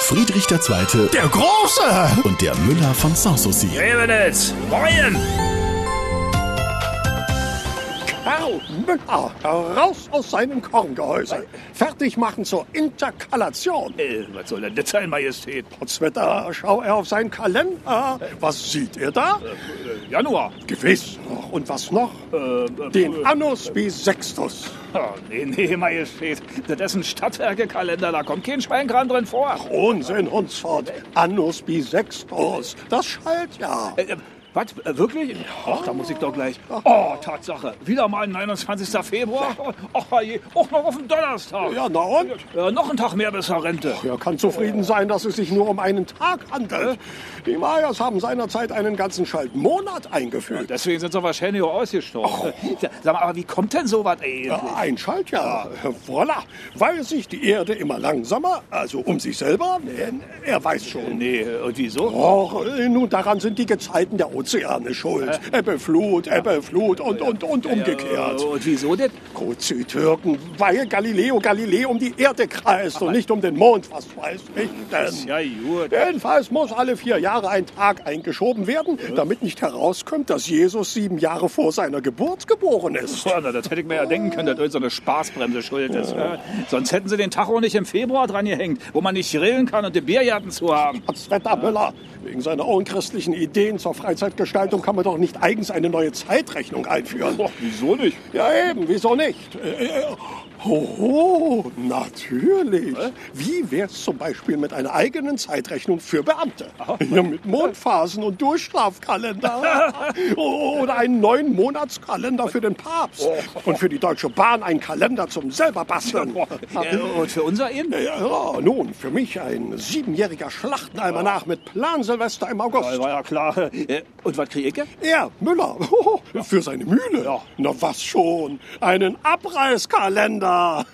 Friedrich II. Der Große! und der Müller von Sanssouci. Revenitz, Reuen! Karl Müller raus aus seinem Korngehäuse. Fertig machen zur Interkalation. Äh, was soll denn das sein, Majestät? Potzwetter, schau er auf seinen Kalender. Was sieht er da? Äh, Januar. Gewiss noch. Und was noch? Äh, äh, Den Annus wie Sextus. Oh, nee, nee, Majestät. Das ist ein Stadtwerkekalender, da kommt kein Schweinkram drin vor. Unsinn, Hunsfort. Annus wie Sextus. Das schallt ja. Äh, äh, was? Äh, wirklich? Ach, da muss ich doch gleich. Oh, Tatsache. Wieder mal ein 29. Februar. Ach, herrje. auch noch auf den Donnerstag. Ja, na und? Äh, noch einen Tag mehr bis zur Rente. Er kann zufrieden sein, dass es sich nur um einen Tag handelt. Die Mayas haben seinerzeit einen ganzen Schaltmonat eingeführt. Deswegen sind sie wahrscheinlich auch ausgestorben. Äh, Sag mal, aber wie kommt denn sowas, ey? Oh. Ja, ein Schaltjahr. Voilà. Weil sich die Erde immer langsamer, also um sich selber, äh, er weiß schon. Nee, äh, und wieso? Och, äh, nun daran sind die Gezeiten der Ozeane schuld. Ebbe, Flut, Ebbe, Flut und, und, und umgekehrt. Äh, und wieso denn? Gut, Südtürken, weil Galileo Galilei um die Erde kreist und nicht um den Mond, was weiß ich denn. Ja, gut. Jedenfalls muss alle vier Jahre ein Tag eingeschoben werden, damit nicht herauskommt, dass Jesus sieben Jahre vor seiner Geburt geboren ist. Tja, na, das hätte ich mir ja denken können, dass euch so eine Spaßbremse schuld ist. Ja. Sonst hätten sie den Tacho nicht im Februar dran gehängt, wo man nicht grillen kann und die Biergarten zu haben. Hans-Wetter Müller, wegen seiner unchristlichen Ideen zur Freizeitgestaltung kann man doch nicht eigens eine neue Zeitrechnung einführen. wieso nicht? Ja eben, wieso nicht? Äh, äh, Hoho, natürlich. Wie wär's zum Beispiel mit einer eigenen Zeitrechnung für Beamte? Ja, mit Mondphasen und Durchschlafkalender. Oder einen neuen Monatskalender für den Papst. Und für die Deutsche Bahn einen Kalender zum selber basteln. Äh, und für unser eben? Ja, nun, für mich ein siebenjähriger Schlachtenalmanach mit Plan Silvester im Ja, August. War ja klar. Äh, Und was kriege ich? Er, Müller, für seine Mühle. Na was schon, einen Abreißkalender.